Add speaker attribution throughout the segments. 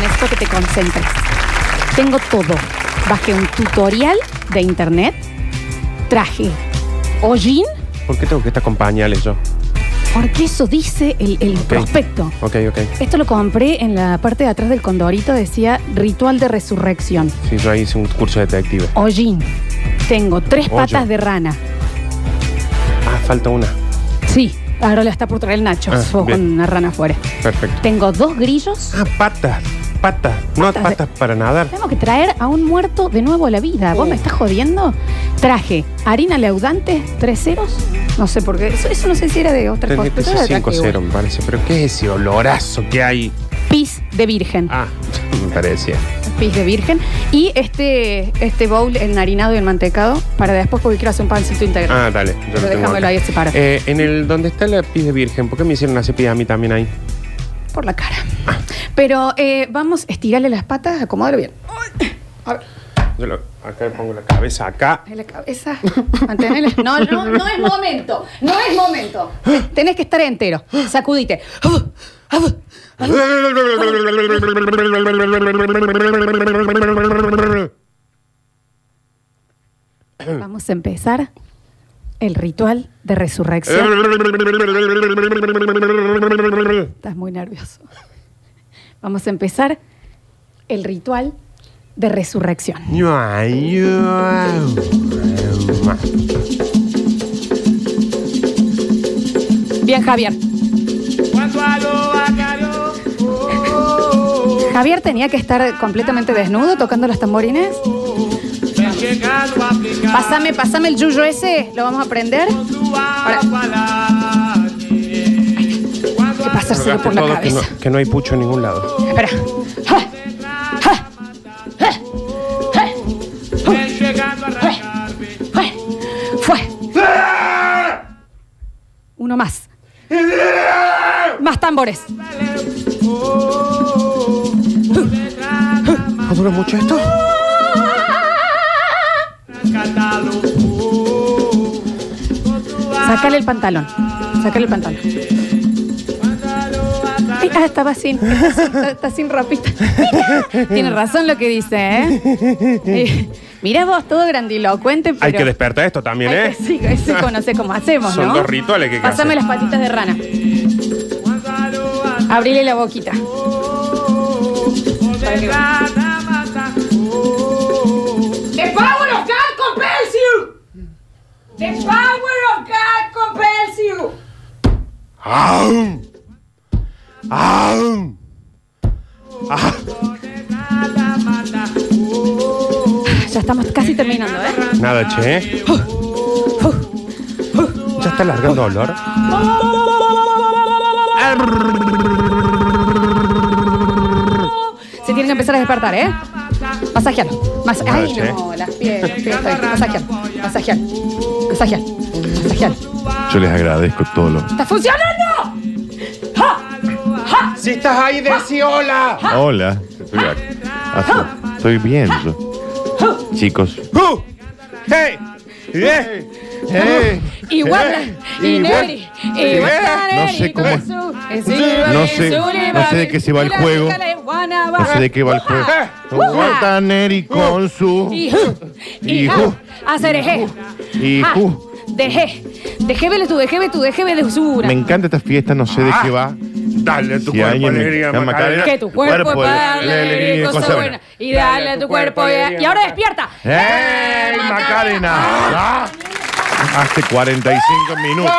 Speaker 1: necesito que te concentres. Tengo todo. Bajé un tutorial de internet, traje hollín,
Speaker 2: ¿Por qué tengo que estar con pañales yo?
Speaker 1: porque eso dice el, el
Speaker 2: Ok.
Speaker 1: prospecto.
Speaker 2: Ok, ok.
Speaker 1: Esto lo compré en la parte de atrás del condorito, decía ritual de resurrección.
Speaker 2: Sí, yo ahí hice un curso de detective.
Speaker 1: Hollín. Tengo tres
Speaker 2: Hoyo.
Speaker 1: patas de rana.
Speaker 2: Ah, falta una.
Speaker 1: Sí, ahora la está por traer el Nacho,
Speaker 2: Ah,
Speaker 1: fue
Speaker 2: bien.
Speaker 1: con una rana afuera.
Speaker 2: Perfecto.
Speaker 1: Tengo dos grillos.
Speaker 2: Ah, patas. Patas. No
Speaker 1: Patas de-
Speaker 2: patas para nadar.
Speaker 1: Tengo que traer a un muerto de nuevo a la vida. ¿Vos
Speaker 2: Oh.
Speaker 1: me estás jodiendo? Traje harina leudante, tres ceros. No sé por qué. Eso, eso no sé si era de otra cosa.
Speaker 2: Tenés que
Speaker 1: pero era de atractivo.
Speaker 2: 5-0, me parece. Pero ¿qué es ese olorazo que hay?
Speaker 1: Pis de virgen.
Speaker 2: Ah, me parecía.
Speaker 1: Pis de virgen. Y este, este bowl enharinado y enmantecado para después porque quiero hacer un pancito integral.
Speaker 2: Ah, dale. Yo
Speaker 1: Pero
Speaker 2: lo tengo
Speaker 1: déjamelo
Speaker 2: acá.
Speaker 1: ahí separado.
Speaker 2: Eh, en el donde está la pis de virgen, ¿por qué me hicieron hacer pis a mí también ahí? Ah.
Speaker 1: Por la cara. Pero eh, vamos, estirarle las patas, acomodarlo bien. Ay, A ver.
Speaker 2: Yo lo- acá le pongo la cabeza acá.
Speaker 1: En la cabeza. Mantenela. No, no, no es momento. No es momento.
Speaker 2: Ah.
Speaker 1: Tenés que estar entero. Sacudite. Ah, Vamos a empezar el ritual de
Speaker 2: Eh,
Speaker 1: resurrección. Estás muy nervioso. Vamos a empezar el ritual de resurrección. Bien, Javier. Javier tenía que estar completamente desnudo tocando los tamborines. Pásame, pásame el yuyo ese, lo vamos a aprender. Ahora. Hay que pasárselo por la
Speaker 2: Todo que,
Speaker 1: cabeza.
Speaker 2: no, que no hay pucho en ningún lado.
Speaker 1: Espera. Ja, ja, ja, ja, Ah. ja, Fue. Uno más. Más tambores.
Speaker 2: ¿No Ah, dura mucho esto?
Speaker 1: Ah. Sácale el pantalón. Sácale el pantalón. Ay, ah, estaba sin. Está sin, está- está sin ropita. Mira, Tiene razón lo que dice, ¿eh? Eh, Mirá vos, todo grandilocuente, pero.
Speaker 2: Hay que despertar esto también,
Speaker 1: Hay
Speaker 2: ¿eh?
Speaker 1: que- sí, sí, conoce cómo hacemos,
Speaker 2: Son
Speaker 1: ¿no?
Speaker 2: dos ¿eh? rituales que hay que
Speaker 1: Pásame
Speaker 2: hacer.
Speaker 1: las patitas de rana. Abrile la boquita. Para que vea.
Speaker 3: The power of God compels you. The power of God compels you.
Speaker 2: ¡Aum! ¡Aum! ¡Ah!
Speaker 1: Ya estamos casi terminando, ¿eh?
Speaker 2: Nada, che. ¿Ya está largando
Speaker 1: Oh.
Speaker 2: olor?
Speaker 1: Se tienen que empezar a despertar, ¿eh? Masajealo. Mas
Speaker 2: Nada,
Speaker 1: Ay, no, las piernas. las piernas. Masajealo. Masajealo. Masajealo. Masajealo.
Speaker 4: Yo les agradezco todo lo.
Speaker 1: ¡Está funcionando! ¡Ja!
Speaker 2: Si estás ahí, decí hola.
Speaker 4: Hola. Estoy, acá. Ah, sí. Estoy bien yo. Chicos.
Speaker 2: ¡Uh! ¡Hey! ¡Eh!
Speaker 1: Y guarda,
Speaker 4: eh,
Speaker 1: y negri, y guarda,
Speaker 4: No sé cómo- No sé- no sé de qué se va el juego. No sé de qué va el juego. Guardaneri con su.
Speaker 1: Hijo, hijo,
Speaker 4: Hijo.
Speaker 1: hacer eje.
Speaker 4: Hijo.
Speaker 1: Dejé, dejévele tú, dejévele tú, dejévele de usura.
Speaker 4: Me encanta esta fiesta, no sé de qué va.
Speaker 2: Dale tu
Speaker 4: Si
Speaker 2: cuerpo,
Speaker 4: alguien me-
Speaker 2: alegría,
Speaker 4: la
Speaker 2: Macarena.
Speaker 4: Macarena.
Speaker 1: Que tu cuerpo es
Speaker 4: Cuerpo,
Speaker 1: para la
Speaker 4: alegría y
Speaker 1: alegría y
Speaker 4: cosa
Speaker 1: cosa
Speaker 4: buena.
Speaker 1: buena. Y dale a tu cuerpo. Y y ahora despierta.
Speaker 4: ¡Ey, Macarena! Ah. Hace 45 minutos.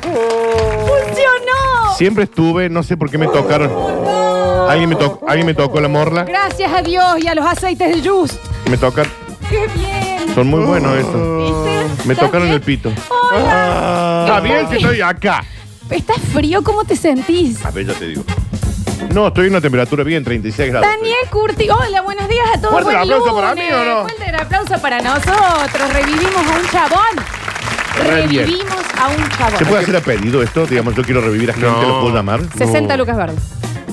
Speaker 1: ¡Funcionó!
Speaker 4: Siempre estuve, no sé por qué me tocaron. Alguien me, tocó, alguien me tocó la morla.
Speaker 1: Gracias a Dios y a los aceites de Just.
Speaker 4: Me tocan.
Speaker 1: ¡Qué bien!
Speaker 4: Son muy buenos esos.
Speaker 1: ¿Viste?
Speaker 4: Me
Speaker 1: ¿Estás
Speaker 4: tocaron
Speaker 1: bien?
Speaker 4: el pito.
Speaker 1: Hola.
Speaker 4: Está bien si estoy acá.
Speaker 1: ¿Estás frío? ¿Cómo te sentís?
Speaker 4: A ver, ya te digo. No, estoy en una temperatura bien, 36 grados.
Speaker 1: Daniel Curti, hola, buenos días a todos.
Speaker 4: ¿Fuerte el
Speaker 1: Buen
Speaker 4: aplauso para
Speaker 1: lunes.
Speaker 4: mí o no?
Speaker 1: Fuerte el aplauso para nosotros. Revivimos a un chabón.
Speaker 4: Re bien.
Speaker 1: Revivimos a un
Speaker 4: ¿Se
Speaker 1: chabón.
Speaker 4: puede hacer a pedido esto? Digamos, yo quiero revivir a gente,
Speaker 2: No.
Speaker 4: ¿lo puedo llamar?
Speaker 1: 60 lucas verdes.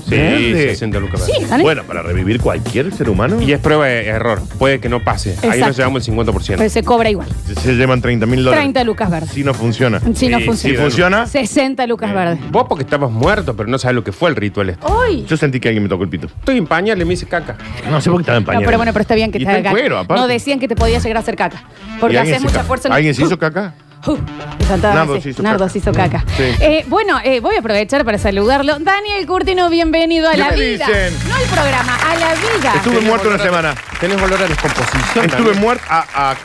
Speaker 2: Sí,
Speaker 4: ¿Entiende?
Speaker 2: 60 lucas.
Speaker 1: Sí,
Speaker 2: verdes.
Speaker 1: Dani.
Speaker 4: Bueno, para revivir cualquier ser humano
Speaker 2: Y es prueba de error. Puede que no pase. Ahí
Speaker 1: Exacto.
Speaker 2: nos llevamos el 50%.
Speaker 1: Pero Pues se cobra igual.
Speaker 4: se llevan 30 mil dólares.
Speaker 1: 30 lucas verdes.
Speaker 4: Si no funciona.
Speaker 1: Si no
Speaker 2: Sí,
Speaker 4: Si
Speaker 2: sí,
Speaker 1: funciona.
Speaker 4: funciona,
Speaker 1: 60 lucas verdes.
Speaker 2: Vos porque estabas muerto, pero no sabes lo que fue el ritual este.
Speaker 1: ¡Uy!
Speaker 4: yo sentí que alguien me tocó el pito.
Speaker 2: Estoy en pañal y me hice caca.
Speaker 4: No sé por qué estaba en
Speaker 1: No,
Speaker 4: pañales.
Speaker 1: pero bueno, pero está bien que
Speaker 4: Y
Speaker 1: te haga
Speaker 4: está en
Speaker 1: caca.
Speaker 4: cuero, aparte.
Speaker 1: No decían que te podía llegar a hacer caca.
Speaker 4: ¿Y
Speaker 1: Porque
Speaker 4: alguien
Speaker 1: haces
Speaker 4: se
Speaker 1: mucha
Speaker 4: ca-
Speaker 1: fuerza. en-
Speaker 4: ¿Alguien se
Speaker 1: ¡Uh!
Speaker 4: hizo caca?
Speaker 1: Uh, me saltaba
Speaker 4: Nardo
Speaker 1: así.
Speaker 4: se hizo
Speaker 1: Nardo
Speaker 4: caca.
Speaker 1: se hizo caca.
Speaker 4: Sí.
Speaker 1: Eh, bueno, eh, voy a aprovechar para saludarlo. Daniel Curtino, bienvenido a
Speaker 4: ¿Qué
Speaker 1: la
Speaker 4: me
Speaker 1: vida.
Speaker 4: dicen?
Speaker 1: No al programa, a la vida.
Speaker 4: Estuve
Speaker 2: Tenés
Speaker 4: muerto
Speaker 2: olor
Speaker 4: una
Speaker 2: a-
Speaker 4: semana.
Speaker 2: Tenés olor a descomposición.
Speaker 4: Estuve
Speaker 2: Daniel.
Speaker 4: muerto a, a-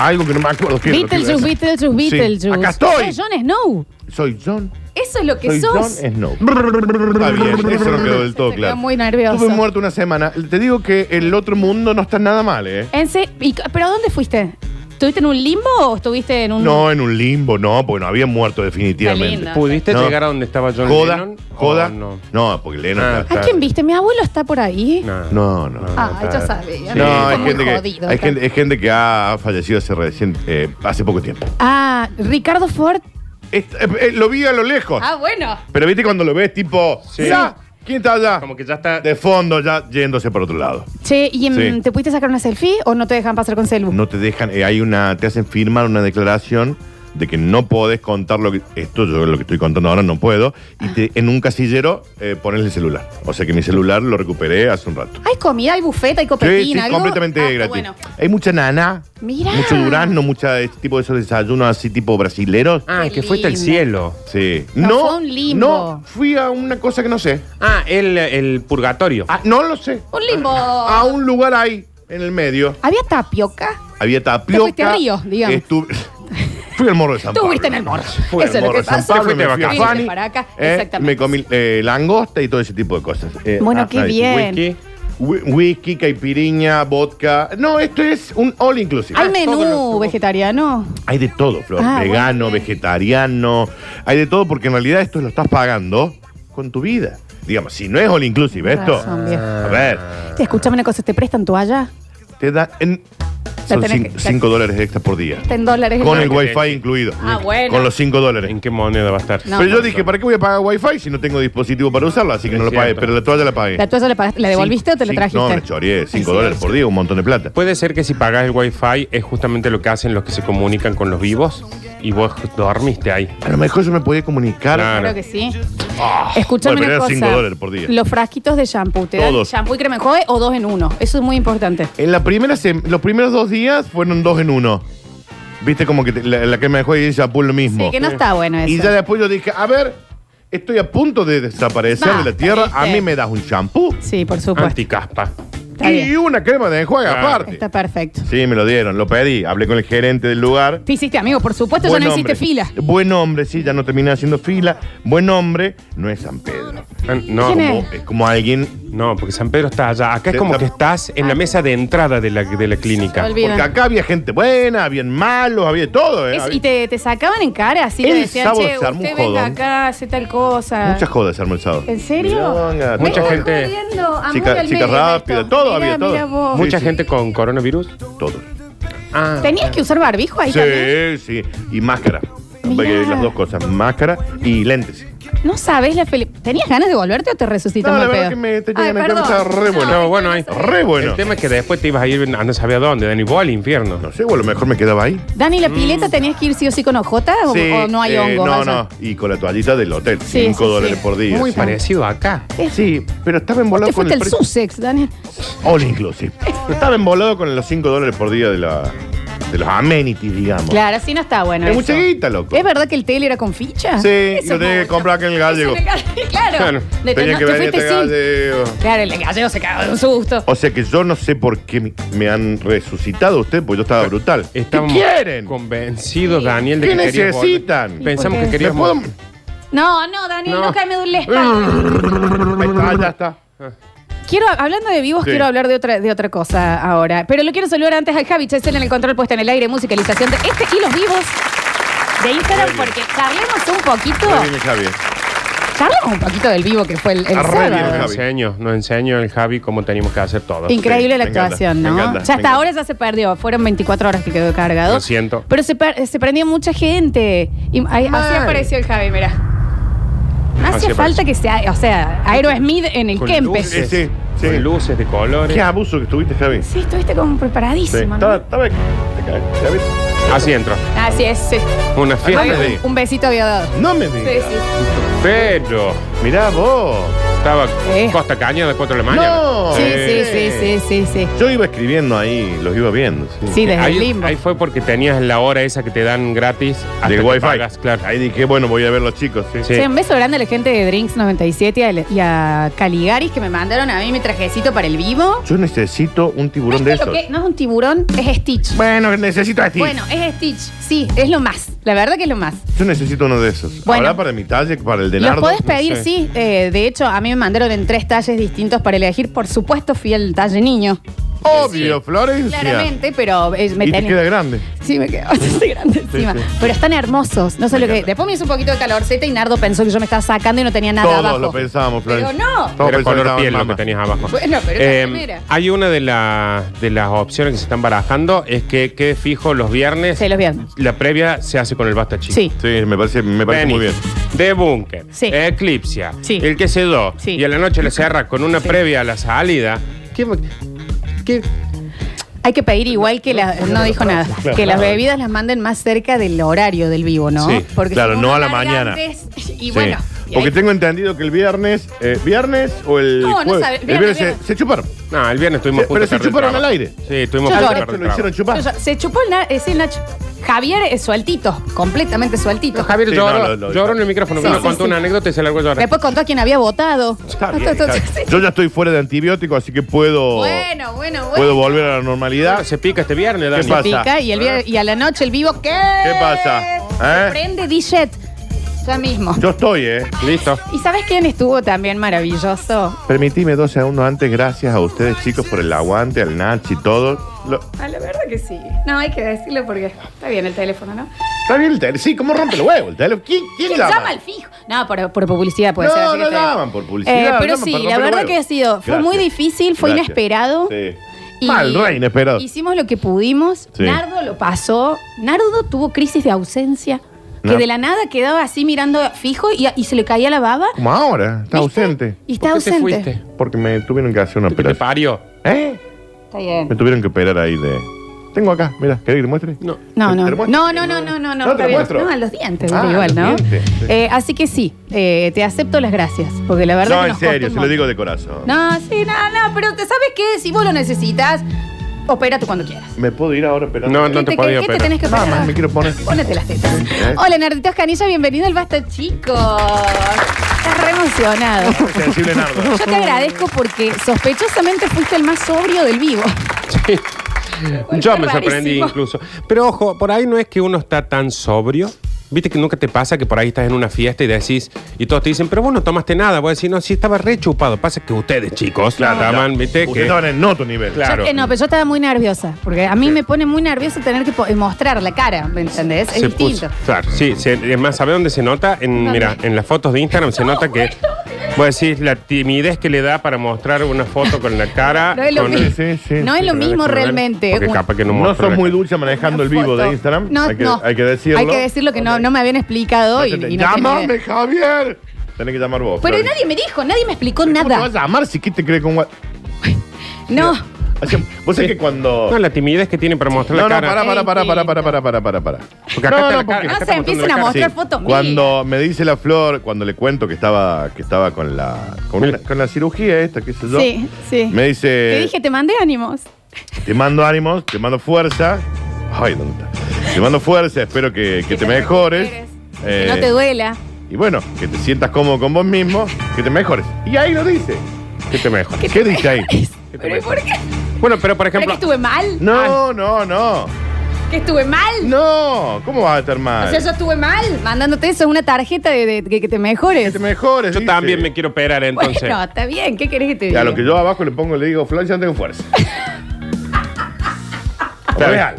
Speaker 4: a algo que no me acuerdo. qué era lo que iba a
Speaker 1: Beetlejuice,
Speaker 4: decir.
Speaker 1: Beetlejuice,
Speaker 4: Sí.
Speaker 1: Beetlejuice.
Speaker 4: Acá estoy.
Speaker 1: Sos Jon Snow.
Speaker 4: Soy John.
Speaker 1: Eso es lo que
Speaker 4: Soy John
Speaker 1: sos.
Speaker 4: Snow. Está bien, eso no quedó del todo
Speaker 1: Se quedó
Speaker 4: claro.
Speaker 1: muy nervioso.
Speaker 4: Estuve muerto una semana. Te digo que el otro mundo no está nada mal, ¿eh?
Speaker 1: En se- y- ¿Pero a dónde fuiste? ¿Estuviste en un limbo o estuviste en un.?
Speaker 4: No en un limbo, no, porque no había muerto definitivamente.
Speaker 1: Está
Speaker 2: ¿Pudiste
Speaker 4: No.
Speaker 2: llegar a donde estaba John
Speaker 4: Joda,
Speaker 2: Lennon?
Speaker 4: joda.
Speaker 2: ¿O
Speaker 4: No,
Speaker 2: No.
Speaker 4: porque Lennon
Speaker 2: Ah,
Speaker 4: está-
Speaker 1: ¿A quién viste? Mi abuelo está por ahí.
Speaker 2: No.
Speaker 4: No, no. no.
Speaker 1: Ah, yo sabía.
Speaker 4: No,
Speaker 1: Está
Speaker 4: hay
Speaker 1: muy
Speaker 4: gente, que,
Speaker 1: jodido,
Speaker 4: hay,
Speaker 1: está.
Speaker 4: gente, hay gente que ha fallecido hace, recién, eh, hace poco tiempo.
Speaker 1: Ah, Ricardo Ford.
Speaker 4: Est- eh, eh, lo vi a lo lejos.
Speaker 1: Ah, bueno.
Speaker 4: Pero viste cuando lo ves tipo,
Speaker 2: Sí.
Speaker 4: "Mirá, ¿quién está allá?
Speaker 2: Como que ya está.
Speaker 4: De fondo ya yéndose por otro lado.
Speaker 1: Che, ¿y em,
Speaker 4: Sí.
Speaker 1: te pudiste sacar una selfie o no te dejan pasar con celu?
Speaker 4: No te dejan, eh, hay una, te hacen firmar una declaración de que no podés contar lo que, esto yo lo que estoy contando ahora no puedo, y te- en un casillero eh, pones el celular. O sea que mi celular lo recuperé hace un rato.
Speaker 1: ¿Hay comida, hay bufeta, hay copetina?
Speaker 4: Sí, sí,
Speaker 1: algo?
Speaker 4: completamente
Speaker 1: Ah, está
Speaker 4: gratis.
Speaker 1: bueno.
Speaker 4: Hay mucha nana,
Speaker 1: Mirá.
Speaker 4: mucho durazno, mucha este tipo de esos desayunos así tipo brasileros.
Speaker 2: Ah,
Speaker 1: Qué
Speaker 2: que fuiste al
Speaker 1: lindo.
Speaker 2: cielo.
Speaker 4: Sí.
Speaker 1: No,
Speaker 4: No,
Speaker 1: fue un limbo.
Speaker 4: no, fui a una cosa que no sé.
Speaker 2: Ah, el, el purgatorio.
Speaker 4: Ah, no lo sé.
Speaker 1: Un limbo.
Speaker 4: A Ah,
Speaker 1: Oh.
Speaker 4: un lugar ahí, en el medio.
Speaker 1: ¿Había tapioca?
Speaker 4: Había
Speaker 1: Te
Speaker 4: tapioca.
Speaker 1: fuiste a Río, digamos.
Speaker 4: Estuve- fui al morro de San Pablo.
Speaker 1: Estuviste en el morro.
Speaker 4: Fui al
Speaker 1: Eso es lo
Speaker 4: morro
Speaker 1: que
Speaker 4: de San
Speaker 1: pasó.
Speaker 4: Pablo, me fui a
Speaker 1: Viniste
Speaker 4: Fanny,
Speaker 1: para acá.
Speaker 4: eh,
Speaker 1: Exactamente.
Speaker 4: me comí eh, langosta y todo ese tipo de cosas. Eh,
Speaker 1: Bueno,
Speaker 4: ah,
Speaker 1: qué
Speaker 4: ahí,
Speaker 1: bien.
Speaker 2: Wiki.
Speaker 4: whi- Whisky, caipiriña, vodka. No, esto es un all inclusive.
Speaker 1: ¿Hay
Speaker 2: todo lo
Speaker 1: menú
Speaker 2: que-
Speaker 1: vegetariano?
Speaker 4: Hay de todo, Flor.
Speaker 1: Ah,
Speaker 4: Vegano,
Speaker 1: bueno, bien.
Speaker 4: vegetariano. Hay de todo porque en realidad esto lo estás pagando con tu vida. Digamos, si no es all inclusive
Speaker 1: Con
Speaker 4: esto.
Speaker 1: razón, viejo.
Speaker 4: A ver,
Speaker 1: Te escuchame una cosa, ¿te prestan toalla?
Speaker 4: te da en,
Speaker 1: La
Speaker 4: son
Speaker 1: tenés que-
Speaker 4: 5 dólares extra por día.
Speaker 1: Está en dólares.
Speaker 4: Con el
Speaker 2: que
Speaker 4: wifi
Speaker 2: te-
Speaker 4: incluido.
Speaker 1: Ah, bueno.
Speaker 4: Con los 5 dólares.
Speaker 2: ¿En qué moneda va a estar?
Speaker 1: No.
Speaker 4: Pero yo dije, ¿para qué voy a pagar wifi si no tengo dispositivo para usarlo? Así que
Speaker 2: Es
Speaker 4: no lo pagué,
Speaker 2: cierto.
Speaker 4: pero la toalla la pagué.
Speaker 1: ¿La toalla la, pagaste- la devolviste o te la
Speaker 4: Sí,
Speaker 1: trajiste?
Speaker 4: No, la choré, 5
Speaker 1: sí,
Speaker 4: dólares
Speaker 1: sí.
Speaker 4: por día, un montón de plata.
Speaker 2: Puede ser que si pagás el wifi es justamente lo que hacen los que se comunican con los vivos y vos dormiste ahí.
Speaker 4: A lo mejor yo me podía comunicar.
Speaker 2: Claro.
Speaker 1: Claro que sí. Escúchame una
Speaker 4: bueno, pero
Speaker 1: cosa.
Speaker 4: eran Ah, cinco dólares por día.
Speaker 1: Los frasquitos de shampoo, ¿te
Speaker 4: Todos.
Speaker 1: dan shampoo y crema enjuague o dos en uno? Eso es muy importante.
Speaker 4: En la primera sem- los primeros dos días fueron dos en uno. Viste como que te- la, la que me dejó y ella por lo mismo.
Speaker 1: Sí, que no está bueno eso.
Speaker 4: Y ya después yo dije, a ver, estoy a punto de desaparecer de
Speaker 1: Basta,
Speaker 4: la tierra, a
Speaker 1: ¿viste?
Speaker 4: mí me das un champú
Speaker 1: Sí, por supuesto.
Speaker 2: Anticaspa.
Speaker 1: Está
Speaker 4: y
Speaker 1: bien.
Speaker 4: una crema de enjuague
Speaker 2: Claro.
Speaker 4: aparte.
Speaker 1: Está perfecto.
Speaker 4: Sí, me lo dieron, lo pedí, hablé con el gerente del lugar.
Speaker 1: Te hiciste amigo, por supuesto,
Speaker 4: Buen
Speaker 1: ya no
Speaker 4: hombre.
Speaker 1: hiciste fila.
Speaker 4: Buen hombre, sí, ya no terminé haciendo fila. Buen hombre, no es San Pedro.
Speaker 2: Ah, No,
Speaker 1: ¿Quién
Speaker 2: como-
Speaker 1: es?
Speaker 4: Es como alguien.
Speaker 2: no, porque San Pedro está allá. Acá es
Speaker 4: De-
Speaker 2: como
Speaker 4: la-
Speaker 2: que estás
Speaker 1: Ah.
Speaker 2: en la mesa de entrada de la, de la clínica.
Speaker 1: Olvi- Bien.
Speaker 4: Porque acá había gente buena, había malos, había de todo, ¿eh?
Speaker 1: Es-
Speaker 4: Había-
Speaker 1: y te, te sacaban en cara, así
Speaker 4: El
Speaker 1: le decían,
Speaker 4: sábado
Speaker 1: che,
Speaker 4: se armó
Speaker 1: usted
Speaker 4: un
Speaker 1: venga
Speaker 4: jodón.
Speaker 1: acá, hace tal cosa.
Speaker 4: Muchas jodas se armó el sábado.
Speaker 1: Ah. ¿En serio? Me
Speaker 2: Mucha
Speaker 4: Milonga, todo,
Speaker 1: estás
Speaker 2: gente-
Speaker 1: jodiendo, amor
Speaker 4: Chica-
Speaker 1: al
Speaker 4: chica
Speaker 1: medio de
Speaker 4: rápida,
Speaker 1: esto.
Speaker 4: todo
Speaker 1: Mirá,
Speaker 4: había, todo.
Speaker 1: mirá vos.
Speaker 2: Mucha
Speaker 4: Sí, sí.
Speaker 2: gente con coronavirus.
Speaker 4: Todo.
Speaker 2: Ah,
Speaker 1: ¿Tenías que usar barbijo ahí también?
Speaker 4: Sí, sí. Y máscara.
Speaker 1: Mirá.
Speaker 4: Porque Las dos cosas, máscara y lentes.
Speaker 1: No sabes la feliz. ¿Tenías ganas de volverte o te resucitas
Speaker 4: No, la
Speaker 1: mal
Speaker 4: verdad
Speaker 1: pedo?
Speaker 4: que me tenía
Speaker 1: Ay,
Speaker 4: ganas, creo que
Speaker 1: perdón.
Speaker 4: estaba re bueno.
Speaker 2: No, bueno, ahí.
Speaker 4: Re bueno.
Speaker 2: El tema es que después te ibas a ir, a no sabía dónde, Dani, vos al infierno.
Speaker 4: No sé, o a lo mejor me quedaba ahí.
Speaker 1: Dani, ¿la pileta tenías que ir sí o sí con ojota o,
Speaker 4: Mm. Sí,
Speaker 1: o no hay
Speaker 4: eh,
Speaker 1: hongo?
Speaker 4: No,
Speaker 1: allá?
Speaker 4: no. Y con la toallita del hotel,
Speaker 1: Sí,
Speaker 4: 5
Speaker 1: sí,
Speaker 4: dólares
Speaker 1: sí.
Speaker 4: por día.
Speaker 2: Muy
Speaker 4: sí.
Speaker 2: parecido a acá.
Speaker 4: Sí, pero estaba
Speaker 1: Te
Speaker 4: embolado con
Speaker 1: fuiste al
Speaker 4: el precio.
Speaker 1: Sussex, Dani.
Speaker 4: All inclusive. Estaba embolado con los 5 dólares por día de, la, de los amenities, digamos.
Speaker 1: Claro, así no está bueno.
Speaker 4: Es
Speaker 1: eso.
Speaker 4: mucha guita, loco.
Speaker 1: ¿Es verdad que el tele era con ficha? Eso
Speaker 4: Sí, lo
Speaker 1: es
Speaker 4: tenía que
Speaker 1: mucho.
Speaker 4: comprar acá en el
Speaker 1: Eso
Speaker 4: gallego.
Speaker 1: en el galle- Claro.
Speaker 2: Claro.
Speaker 1: De
Speaker 4: Tenía
Speaker 1: no,
Speaker 4: que
Speaker 1: te
Speaker 4: venir
Speaker 1: fuiste
Speaker 4: hasta
Speaker 1: sin-
Speaker 4: gallego.
Speaker 1: Claro, el gallego se cagó de un susto.
Speaker 4: O sea que yo no sé por qué me- me han resucitado ustedes, porque yo estaba brutal.
Speaker 2: Estábamos
Speaker 4: ¿Qué quieren?
Speaker 2: convencidos, Daniel, de
Speaker 4: ¿Qué
Speaker 2: que querías volver.
Speaker 4: necesitan?
Speaker 2: Pensamos
Speaker 1: ¿Por
Speaker 2: que
Speaker 1: qué?
Speaker 4: ¿Me
Speaker 2: queríamos.
Speaker 4: puedo?
Speaker 1: No, no, Dani,
Speaker 2: No.
Speaker 1: no, caeme de un lespa.
Speaker 4: Ahí está, ya está.
Speaker 1: Quiero, hablando de vivos,
Speaker 4: Sí.
Speaker 1: quiero hablar de otra, de otra cosa ahora. Pero lo quiero saludar antes al Javi Chesel en el control puesto en el aire, musicalización de este y los vivos de Instagram,
Speaker 4: Muy bien.
Speaker 1: porque charlemos un poquito.
Speaker 4: Ahí viene Javier.
Speaker 2: Ah.
Speaker 1: Charlemos un poquito del vivo que fue el, el
Speaker 4: Ah, re
Speaker 1: sábado.
Speaker 4: bien,
Speaker 2: Nos
Speaker 4: Javi.
Speaker 2: enseño, nos enseño el Javi cómo teníamos que hacer todo.
Speaker 1: Increíble
Speaker 4: Sí,
Speaker 1: la
Speaker 4: me encanta,
Speaker 1: actuación,
Speaker 4: me
Speaker 1: ¿no?
Speaker 4: encanta,
Speaker 1: ya
Speaker 4: me
Speaker 1: hasta
Speaker 4: encanta.
Speaker 1: ahora ya se perdió. Fueron 24 horas que quedó cargado.
Speaker 2: Lo siento.
Speaker 1: Pero se, per- se prendió mucha gente. Y ahí- así apareció el Javi, mira. No hacía
Speaker 2: Hacía
Speaker 1: falta que sea, o sea, Aerosmith en el
Speaker 2: Con eh.
Speaker 1: Kempes.
Speaker 2: luces,
Speaker 4: Sí, sí, sí.
Speaker 2: con luces de colores.
Speaker 4: Qué abuso que tuviste, Javi.
Speaker 1: Sí, estuviste como
Speaker 4: Sí.
Speaker 1: preparadísimo.
Speaker 4: Estaba,
Speaker 1: ¿no?
Speaker 4: estaba. te cae, Javi.
Speaker 2: Así entro.
Speaker 1: Así es, sí.
Speaker 2: Una
Speaker 4: Ah,
Speaker 2: fiesta.
Speaker 4: me
Speaker 1: Ay,
Speaker 4: di.
Speaker 1: Un besito había dado.
Speaker 4: No me
Speaker 1: Sí,
Speaker 4: digas.
Speaker 1: sí.
Speaker 2: Pero
Speaker 4: Mirá vos.
Speaker 2: estaba
Speaker 1: Eh.
Speaker 2: Costa Caña de 4 de la mañana.
Speaker 4: No.
Speaker 1: Sí, sí, sí,
Speaker 4: Eh.
Speaker 1: sí, sí, sí.
Speaker 4: Yo iba escribiendo ahí, los iba viendo. Sí.
Speaker 1: Sí, desde el
Speaker 2: Eh, Ahí,
Speaker 1: limbo.
Speaker 2: ahí fue porque tenías la hora esa que te dan gratis hasta
Speaker 4: Del
Speaker 2: que
Speaker 4: wifi.
Speaker 2: pagas, claro.
Speaker 4: Ahí dije, bueno, voy a ver los chicos. Sí.
Speaker 2: Sí.
Speaker 1: Sí, un beso grande a la gente de Drinks 97 y a, y a Caligaris que me mandaron a mí mi trajecito para el vivo.
Speaker 4: Yo necesito un tiburón de
Speaker 1: ¿Viste
Speaker 4: esos.
Speaker 1: lo que- No es un tiburón, es Stitch.
Speaker 4: Bueno, necesito a ti.
Speaker 1: Bueno, es Stitch, sí, es lo más. La verdad que es lo más.
Speaker 4: Yo necesito uno de esos.
Speaker 1: Bueno.
Speaker 4: ¿Habrá para mi talle, para el de
Speaker 1: Los
Speaker 4: Nardo?
Speaker 1: podés
Speaker 4: No
Speaker 1: pedir,
Speaker 4: sé.
Speaker 1: sí. Eh, de hecho, a mí me mandaron en tres talles distintos para elegir. Por supuesto, fui al talle niño.
Speaker 4: Obvio, Florencia.
Speaker 1: Claramente, pero eh, me
Speaker 4: y te
Speaker 1: tenés-
Speaker 4: queda grande.
Speaker 1: Sí, me quedé bastante grande encima.
Speaker 4: sí.
Speaker 1: Pero están hermosos. No sé
Speaker 4: Me
Speaker 1: lo que.
Speaker 4: encanta.
Speaker 1: Después me hizo un poquito de calorceta y Nardo pensó que yo me estaba sacando y no tenía nada
Speaker 4: Todos
Speaker 1: abajo.
Speaker 4: lo pensábamos, Florencia. Em,
Speaker 1: Pero no.
Speaker 4: Todos
Speaker 2: Era
Speaker 4: pensábamos
Speaker 2: color
Speaker 4: que
Speaker 2: piel
Speaker 4: estaba
Speaker 2: lo que
Speaker 4: mamá.
Speaker 2: tenías abajo.
Speaker 1: Bueno, pero es la
Speaker 2: Eh,
Speaker 1: primera.
Speaker 2: hay una de, la- de las opciones que se están barajando es que quede fijo los viernes.
Speaker 1: Sí, los viernes.
Speaker 2: La previa se hace con el basta chico.
Speaker 1: Sí.
Speaker 4: Sí, me parece, me parece
Speaker 2: Vení,
Speaker 4: muy bien.
Speaker 2: De Bunker,
Speaker 1: Sí.
Speaker 2: Eclipse,
Speaker 1: Sí.
Speaker 2: El que se do,
Speaker 1: Sí.
Speaker 2: y a la noche le cierra con una previa a la salida. ¿Qué, qué-
Speaker 1: Hay que pedir igual que las. No dijo nada.
Speaker 4: Claro.
Speaker 1: Que las bebidas las manden más cerca del horario del vivo, ¿no?
Speaker 4: Sí, claro,
Speaker 1: si
Speaker 4: no
Speaker 1: uno
Speaker 4: a la
Speaker 1: larga
Speaker 4: mañana.
Speaker 1: antes, y
Speaker 4: Sí.
Speaker 1: bueno. y
Speaker 4: Porque
Speaker 1: ahí-
Speaker 4: tengo entendido que el viernes, eh, viernes o el
Speaker 1: No, no
Speaker 4: jueves,
Speaker 1: sabe-
Speaker 4: el
Speaker 1: viernes,
Speaker 4: viernes
Speaker 1: viernes.
Speaker 4: se, se chuparon.
Speaker 2: No, el viernes estuvimos
Speaker 4: Sí,
Speaker 2: juntos
Speaker 4: pero se
Speaker 2: tarde del
Speaker 4: chuparon
Speaker 2: trabajo.
Speaker 4: al aire.
Speaker 2: Sí, estuvimos
Speaker 1: Yo
Speaker 2: juntos
Speaker 1: lloré.
Speaker 2: tarde
Speaker 4: Te
Speaker 2: del
Speaker 4: lo hicieron
Speaker 2: trabajo.
Speaker 4: chupar.
Speaker 1: Yo- yo- se chupó el, na- eh, sí, el Nacho. Javier es sueltito, completamente sueltito.
Speaker 2: No, Javier
Speaker 4: Sí,
Speaker 2: lloró,
Speaker 4: no, lo- lo-
Speaker 2: lloró en el micrófono.
Speaker 1: Sí,
Speaker 2: cuando
Speaker 1: sí,
Speaker 2: contó
Speaker 1: sí.
Speaker 2: una anécdota y se largó a llorar.
Speaker 1: Después contó a quien había votado.
Speaker 4: Está bien, está bien.
Speaker 1: Sí.
Speaker 4: Yo ya estoy fuera de antibiótico, así que puedo,
Speaker 1: Bueno, bueno, bueno.
Speaker 4: Oh. puedo volver a la normalidad.
Speaker 2: Ah, Se pica este viernes, Dani.
Speaker 4: ¿Qué pasa?
Speaker 1: pica y, el vier- y a la noche el vivo, ¿qué?
Speaker 4: ¿Qué pasa?
Speaker 1: Se
Speaker 4: ¿Eh?
Speaker 1: Prende Dijet ya mismo.
Speaker 4: Yo estoy, ¿eh?
Speaker 2: Listo.
Speaker 1: ¿Y sabes quién estuvo también maravilloso?
Speaker 4: Permitime dos segundos antes, gracias a ustedes chicos por el aguante, al Nachi y todo. Lo-
Speaker 1: A Ah, la verdad que sí. No, hay que decirlo porque está bien el teléfono, ¿no?
Speaker 4: Está bien el teléfono. Sí, ¿cómo rompe el huevo el teléfono? ¿Quién, quién
Speaker 1: ¿Quién
Speaker 4: llama?
Speaker 1: llama al fijo? No, por, por publicidad puede
Speaker 4: No,
Speaker 1: ser. así
Speaker 4: no
Speaker 1: que está bien. Eh,
Speaker 4: llaman por publicidad,
Speaker 1: pero
Speaker 4: llaman
Speaker 1: sí,
Speaker 4: para
Speaker 1: la
Speaker 4: romper
Speaker 1: verdad
Speaker 4: huevos.
Speaker 1: que ha sido. Fue
Speaker 4: Gracias.
Speaker 1: muy difícil, fue
Speaker 4: Gracias.
Speaker 1: inesperado.
Speaker 4: Sí. Mal, re inesperado.
Speaker 1: Hicimos lo que pudimos.
Speaker 4: Sí.
Speaker 1: Nardo lo pasó. Nardo tuvo crisis de ausencia. Que
Speaker 4: No.
Speaker 1: de la nada quedaba así mirando fijo y, y se le caía la baba.
Speaker 4: Como ahora, está
Speaker 1: ¿Viste?
Speaker 4: ausente.
Speaker 1: Y está
Speaker 2: ¿Por qué te
Speaker 1: ausente.
Speaker 2: fuiste?
Speaker 4: Porque me tuvieron que hacer una
Speaker 2: ¿Qué te
Speaker 4: operación.
Speaker 2: parió?
Speaker 4: ¿Eh?
Speaker 1: Está bien.
Speaker 4: Me tuvieron que operar ahí de. Tengo acá, mira, ¿querés que te muestre?
Speaker 2: No.
Speaker 1: No,
Speaker 4: ¿Te-
Speaker 1: no.
Speaker 4: te lo
Speaker 1: No,
Speaker 4: muestro?
Speaker 1: no, no, no, no, no.
Speaker 4: No, te
Speaker 1: está
Speaker 4: lo
Speaker 1: bien.
Speaker 4: muestro.
Speaker 1: No, a los dientes,
Speaker 4: Ah,
Speaker 1: igual,
Speaker 4: los
Speaker 1: ¿no?
Speaker 4: dientes, sí.
Speaker 1: Eh, así que sí, eh, te acepto las gracias. Porque la verdad
Speaker 4: No,
Speaker 1: que
Speaker 4: en
Speaker 1: nos costó
Speaker 4: serio,
Speaker 1: un
Speaker 4: se lo
Speaker 1: montón.
Speaker 4: digo de corazón.
Speaker 1: No, sí, no, no, pero te sabes que si vos lo necesitas, opérate cuando quieras.
Speaker 4: ¿Me puedo ir ahora operando?
Speaker 2: No, no.
Speaker 1: ¿Qué
Speaker 2: te
Speaker 1: te,
Speaker 2: podía
Speaker 1: qué- qué
Speaker 2: operar.
Speaker 1: te tenés que
Speaker 4: Nada
Speaker 1: operar?
Speaker 4: más me quiero poner.
Speaker 1: Ponete las tetas. Hola, Narditos Canilla, bienvenido al Basta, chicos. Estás re emocionado.
Speaker 4: Sensible Nardo.
Speaker 1: Yo te agradezco porque sospechosamente fuiste el más sobrio del vivo.
Speaker 2: Sí. Yo me
Speaker 1: Rarísimo.
Speaker 2: sorprendí incluso. Pero ojo, por ahí no es que uno está tan sobrio. Viste que nunca te pasa que por ahí estás en una fiesta y decís, y todos te dicen, pero vos no tomaste nada. Vos decís, no, sí, estaba re chupado. Pasa que ustedes, chicos, estaban, viste,
Speaker 4: Ustedes
Speaker 2: que.
Speaker 4: estaban en otro nivel.
Speaker 2: Claro.
Speaker 1: Yo, eh, no, pero yo estaba muy nerviosa, porque a mí me pone muy nerviosa tener que po- eh, mostrar la cara, ¿me entendés? Es
Speaker 2: se
Speaker 1: distinto.
Speaker 2: puso- claro, sí, se- es más, ¿sabe dónde se nota? En,
Speaker 1: ¿Dónde?
Speaker 2: mira, en las fotos de Instagram se nota que. Vos decís la timidez que le da para mostrar una foto con la cara.
Speaker 1: No es lo,
Speaker 2: con-
Speaker 1: mi-
Speaker 4: mismo. Sí, sí,
Speaker 1: no es
Speaker 4: sí,
Speaker 1: lo mismo realmente.
Speaker 2: Porque
Speaker 1: un-
Speaker 2: capaz que no
Speaker 4: No
Speaker 2: muestra
Speaker 4: sos
Speaker 2: la
Speaker 4: muy
Speaker 2: cara.
Speaker 4: dulce manejando el vivo
Speaker 1: foto.
Speaker 4: de Instagram.
Speaker 1: No,
Speaker 4: hay, que,
Speaker 1: no.
Speaker 4: hay que decirlo.
Speaker 1: Hay que decirlo que no, no me habían explicado y, y no tenía
Speaker 4: ¡Llámame,
Speaker 1: idea.
Speaker 4: Javier! Tenés que llamar vos.
Speaker 1: Pero
Speaker 4: Flor.
Speaker 1: nadie me dijo, nadie me explicó
Speaker 4: ¿Cómo te vas
Speaker 1: nada.
Speaker 4: a llamar si qué te cree con gua-
Speaker 1: No.
Speaker 4: O sea, Vos sabés que cuando.
Speaker 2: No, la timidez que tiene para mostrar
Speaker 4: No, no,
Speaker 2: la cara.
Speaker 4: pará, pará, pará, pará, pará, pará, pará, pará, pará.
Speaker 2: Porque acá está la cara,
Speaker 1: No se
Speaker 2: acá está mostrando
Speaker 1: empiecen
Speaker 2: la
Speaker 1: a
Speaker 2: cara.
Speaker 1: mostrar
Speaker 4: Sí,
Speaker 1: fotos mías.
Speaker 4: Cuando me dice la flor, cuando le cuento que estaba, que estaba con la. con, una- con la cirugía esta, qué sé yo.
Speaker 1: Sí, sí.
Speaker 4: Me dice.
Speaker 1: Te dije, te mandé ánimos.
Speaker 4: Te mando ánimos, te mando fuerza. Ay, ¿dónde está? Te mando fuerza, espero que, que te, mejores.
Speaker 1: Que
Speaker 4: Eh,
Speaker 1: no te duela.
Speaker 4: y bueno, que te sientas cómodo con vos mismo, que te mejores. Y ahí lo dice.
Speaker 2: ¿Qué te mejor?
Speaker 4: ¿Qué dice ahí?
Speaker 2: ¿Qué te
Speaker 1: ¿Pero
Speaker 2: mejor?
Speaker 1: por qué?
Speaker 2: Bueno, pero por
Speaker 1: ¿Pero que
Speaker 2: ejemplo,
Speaker 1: estuve mal?
Speaker 4: No, no, no.
Speaker 1: ¿Que estuve mal?
Speaker 4: No, ¿cómo vas a estar mal?
Speaker 1: O sea, yo estuve mal mandándote eso, una tarjeta de, de- que, que te
Speaker 4: Que
Speaker 1: mejores.
Speaker 4: te mejores.
Speaker 2: yo
Speaker 4: dice.
Speaker 2: también me quiero operar entonces.
Speaker 1: Bueno, está bien. ¿Qué querés que te
Speaker 4: Y
Speaker 1: diga?
Speaker 4: a lo que yo abajo le pongo, le digo, Flor, ya no tengo fuerza. Está real.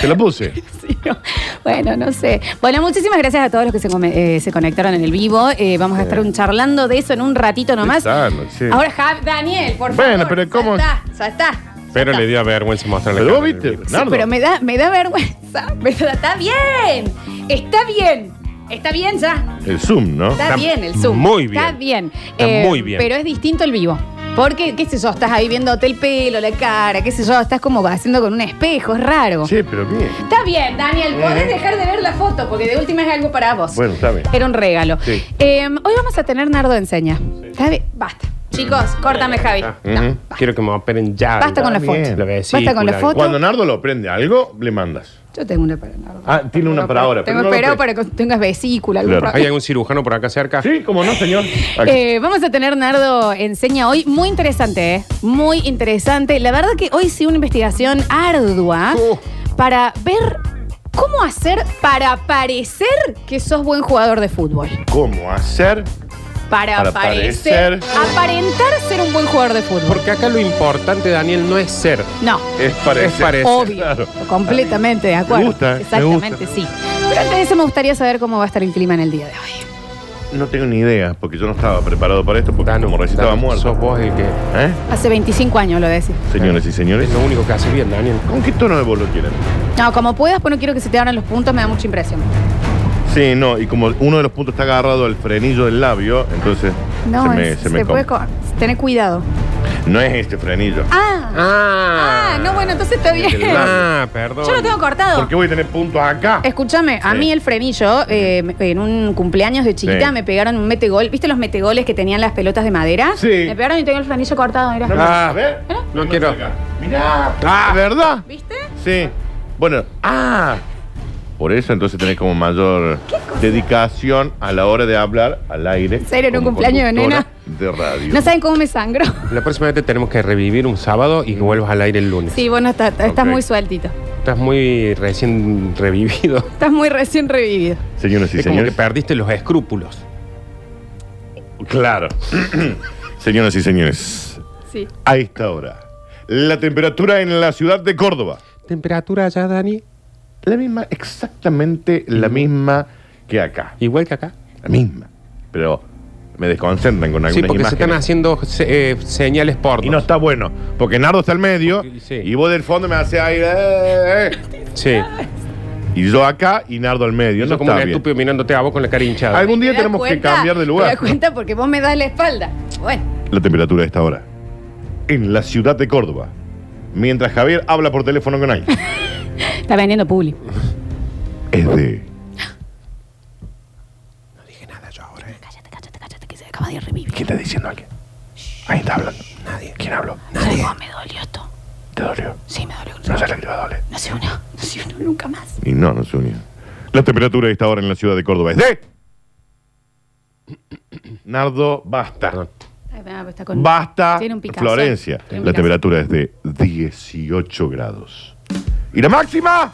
Speaker 4: Te lo puse.
Speaker 1: Sí, no. Bueno, no sé. Bueno, muchísimas gracias a todos los que se, come- eh, se conectaron en el vivo. Eh, vamos a estar un charlando de eso en un ratito nomás.
Speaker 4: Claro, sí.
Speaker 1: Ahora, Jav- Daniel, por favor.
Speaker 4: Bueno, pero ¿cómo?
Speaker 1: Ya está, ya está.
Speaker 2: Pero le dio vergüenza mostrar la
Speaker 4: Pero vos
Speaker 2: cara.
Speaker 4: viste,
Speaker 1: Sí,
Speaker 4: Bernardo.
Speaker 1: pero me da, me da vergüenza. Me da- está bien. Está bien. Está bien ya.
Speaker 4: El Zoom, ¿no?
Speaker 1: Está,
Speaker 2: Está
Speaker 1: bien el Zoom.
Speaker 2: muy bien.
Speaker 1: Está bien. Eh,
Speaker 2: Está muy bien.
Speaker 1: Pero es distinto el vivo. Porque, qué sé yo, estás ahí viéndote el pelo, la cara, qué sé yo, estás como haciendo con un espejo, es raro.
Speaker 4: Sí, pero bien.
Speaker 1: Está bien, Daniel, podés dejar de ver la foto porque de última es algo para vos.
Speaker 4: Bueno, está bien.
Speaker 1: Era un regalo.
Speaker 4: Sí.
Speaker 1: Eh, hoy vamos a tener Nardo Enseña. Está bien, basta. Chicos, córtame, Javi.
Speaker 2: Ah,
Speaker 1: No,
Speaker 4: ujú.
Speaker 1: basta.
Speaker 2: Quiero que me operen ya.
Speaker 1: Basta con la
Speaker 4: bien.
Speaker 1: foto.
Speaker 2: La vesícula.
Speaker 1: Basta con la foto.
Speaker 4: Cuando Nardo lo prende algo, le mandas.
Speaker 1: Yo tengo una para Nardo.
Speaker 4: Ah, tiene una para ahora. pero
Speaker 1: Tengo
Speaker 4: no lo
Speaker 1: esperado para
Speaker 4: prende.
Speaker 1: que tengas vesícula. algún
Speaker 4: Claro.
Speaker 1: problema.
Speaker 2: ¿Hay algún cirujano por acá cerca?
Speaker 4: Sí, como no, señor. Aquí.
Speaker 1: Eh, vamos a tener Nardo Enseña hoy. Muy interesante, ¿eh? Muy interesante. La verdad que hoy sí una investigación ardua
Speaker 2: Uh.
Speaker 1: para ver cómo hacer para parecer que sos buen jugador de fútbol.
Speaker 4: ¿Cómo hacer?
Speaker 1: Para,
Speaker 4: Para
Speaker 1: parecer,
Speaker 4: parecer.
Speaker 1: Aparentar ser un buen jugador de fútbol.
Speaker 2: Porque acá lo importante, Daniel, no es ser.
Speaker 1: No.
Speaker 4: Es parecer.
Speaker 2: Es parecer.
Speaker 1: Obvio,
Speaker 4: Claro.
Speaker 1: completamente de acuerdo.
Speaker 4: Me gusta, eh, me gusta.
Speaker 1: Exactamente, sí. Pero antes de eso me gustaría saber cómo va a estar el clima en el día de hoy.
Speaker 4: No tengo ni idea, porque yo no estaba preparado para esto, porque
Speaker 2: Danu,
Speaker 4: como recién estaba
Speaker 2: Danu,
Speaker 4: muerto.
Speaker 2: Sos vos el que.
Speaker 4: ¿Eh?
Speaker 1: Hace 25 años lo decís.
Speaker 4: Señores y señores.
Speaker 2: Es lo único que hace bien, Daniel.
Speaker 4: ¿Con qué tono de voz lo quieren?
Speaker 1: No, como puedas, pues no quiero que se te abran los puntos, me da mucha impresión.
Speaker 4: Sí, no, y como uno de los puntos está agarrado al frenillo del labio, entonces
Speaker 1: No,
Speaker 4: se me,
Speaker 1: es-
Speaker 4: se me
Speaker 1: puede
Speaker 4: com-
Speaker 1: co- tener cuidado.
Speaker 4: No es este frenillo.
Speaker 1: Ah,
Speaker 2: Ah.
Speaker 1: ah, no, bueno, entonces está bien.
Speaker 4: del
Speaker 1: Yo
Speaker 4: lado.
Speaker 2: Ah, perdón.
Speaker 1: lo tengo cortado.
Speaker 4: ¿Por qué voy a tener puntos acá?
Speaker 1: Escúchame, a
Speaker 4: Sí.
Speaker 1: mí el frenillo, eh, me- en un cumpleaños de chiquita,
Speaker 4: Sí.
Speaker 1: me pegaron un metegol. ¿Viste los metegoles que tenían las pelotas de madera?
Speaker 4: Sí.
Speaker 1: Me pegaron y tengo el frenillo cortado, mira.
Speaker 4: No me-
Speaker 2: Ah.
Speaker 4: a ver.
Speaker 2: No quiero.
Speaker 4: salga. Mirá.
Speaker 2: Ah.
Speaker 4: ¿Verdad?
Speaker 1: ¿Viste?
Speaker 4: Sí. Bueno, ah. Por eso entonces tenés como mayor dedicación a la hora de hablar al aire.
Speaker 1: ¿En serio, en un
Speaker 4: como
Speaker 1: cumpleaños de
Speaker 4: conductora De radio.
Speaker 1: No saben cómo me sangró.
Speaker 2: La próxima vez te tenemos que revivir un sábado y que vuelvas al aire el lunes.
Speaker 1: Sí, bueno, está- está- estás
Speaker 4: Ok.
Speaker 1: muy sueltito.
Speaker 2: Estás muy recién revivido.
Speaker 1: Estás muy recién revivido.
Speaker 4: Señoras y
Speaker 2: es como que
Speaker 4: señores.
Speaker 2: perdiste los escrúpulos.
Speaker 4: Claro. Señoras y señores,
Speaker 1: Sí.
Speaker 4: a esta hora, la temperatura en la ciudad de Córdoba.
Speaker 2: Temperatura allá, Dani,
Speaker 4: La misma, exactamente la
Speaker 2: Mm.
Speaker 4: misma que acá.
Speaker 2: igual que acá.
Speaker 4: La misma. Pero me desconcentran con algunas
Speaker 2: Sí, porque
Speaker 4: imágenes.
Speaker 2: se están haciendo se- eh, señales porno.
Speaker 4: Y no está bueno, porque Nardo está al medio
Speaker 2: Porque- sí.
Speaker 4: y vos del fondo me hace ahí. eh, eh.
Speaker 2: Sí.
Speaker 4: Y yo acá y Nardo al medio.
Speaker 2: Yo
Speaker 4: No
Speaker 2: soy como
Speaker 4: está
Speaker 2: un
Speaker 4: bien.
Speaker 2: estúpido mirándote a vos con la cara hinchada.
Speaker 4: Algún
Speaker 1: ¿Te
Speaker 4: día
Speaker 1: das
Speaker 4: tenemos
Speaker 1: cuenta?
Speaker 4: que cambiar de
Speaker 1: Te
Speaker 4: lugar.
Speaker 1: das cuenta porque vos me das la espalda. Bueno,
Speaker 4: La temperatura a esta hora. En la ciudad de Córdoba. Mientras Javier habla por teléfono con alguien.
Speaker 1: está vendiendo Publi.
Speaker 4: es de.
Speaker 2: No dije nada yo ahora, ¿eh?
Speaker 1: Cállate, cállate, cállate, que se acaba de revivir.
Speaker 4: ¿Quién está diciendo alguien? Ahí está hablando. Nadie. ¿Quién habló?
Speaker 1: Algo Oh, me dolió esto.
Speaker 4: Te dolió.
Speaker 1: Sí, me dolió.
Speaker 4: No sé lo que te va a doler.
Speaker 1: No sé una, no sé una nunca más.
Speaker 4: Y no, no se unió. La temperatura a esta hora en la ciudad de Córdoba es de. Nardo, basta.
Speaker 2: Perdón.
Speaker 1: Ay, pero está con-
Speaker 4: Basta.
Speaker 1: Tiene un picazón.
Speaker 4: Florencia.
Speaker 1: Tiene un
Speaker 4: La
Speaker 1: picazón.
Speaker 4: temperatura es de 18 grados. ¿Y la máxima?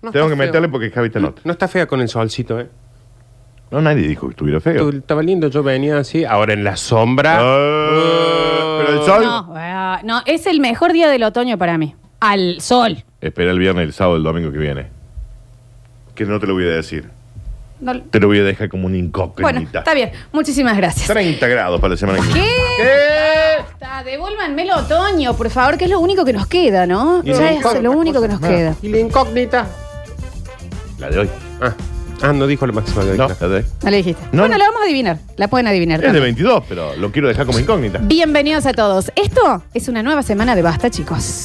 Speaker 2: No
Speaker 4: Tengo
Speaker 2: está
Speaker 4: que
Speaker 2: feo.
Speaker 4: meterle porque Javi está en otra.
Speaker 2: No está fea con el solcito, ¿eh?
Speaker 4: No, nadie dijo que estuviera
Speaker 2: Tú-
Speaker 4: feo.
Speaker 2: estaba lindo, yo venía así. Ahora en la sombra. Oh.
Speaker 4: Ah, pero el sol.
Speaker 1: No, ah, no, es el mejor día del otoño para mí. Al sol.
Speaker 4: Espera el viernes, el sábado, el domingo que viene. Que no te lo voy a decir.
Speaker 1: No-
Speaker 4: Te lo voy a dejar como un incógnita.
Speaker 1: bueno, está bien. Muchísimas gracias.
Speaker 4: 30 grados para la semana que viene.
Speaker 1: ¿Qué?
Speaker 4: ¿Qué?
Speaker 1: Está, devuélvanme el otoño, por favor, que es lo único que nos queda, ¿no?
Speaker 2: Y
Speaker 1: Ya
Speaker 2: no,
Speaker 1: es lo
Speaker 2: otra
Speaker 1: único
Speaker 2: cosa
Speaker 1: que nos
Speaker 4: más.
Speaker 1: queda.
Speaker 2: ¿Y la incógnita?
Speaker 4: La de hoy.
Speaker 2: Ah, ah, no dijo lo máximo de hoy,
Speaker 4: No,
Speaker 2: claro.
Speaker 4: la de hoy.
Speaker 1: No le dijiste.
Speaker 4: No,
Speaker 1: bueno,
Speaker 4: no.
Speaker 1: la vamos a adivinar. La pueden adivinar.
Speaker 4: Es de 22, pero lo quiero dejar como incógnita.
Speaker 1: Bienvenidos a todos. Esto es una nueva semana de Basta, chicos.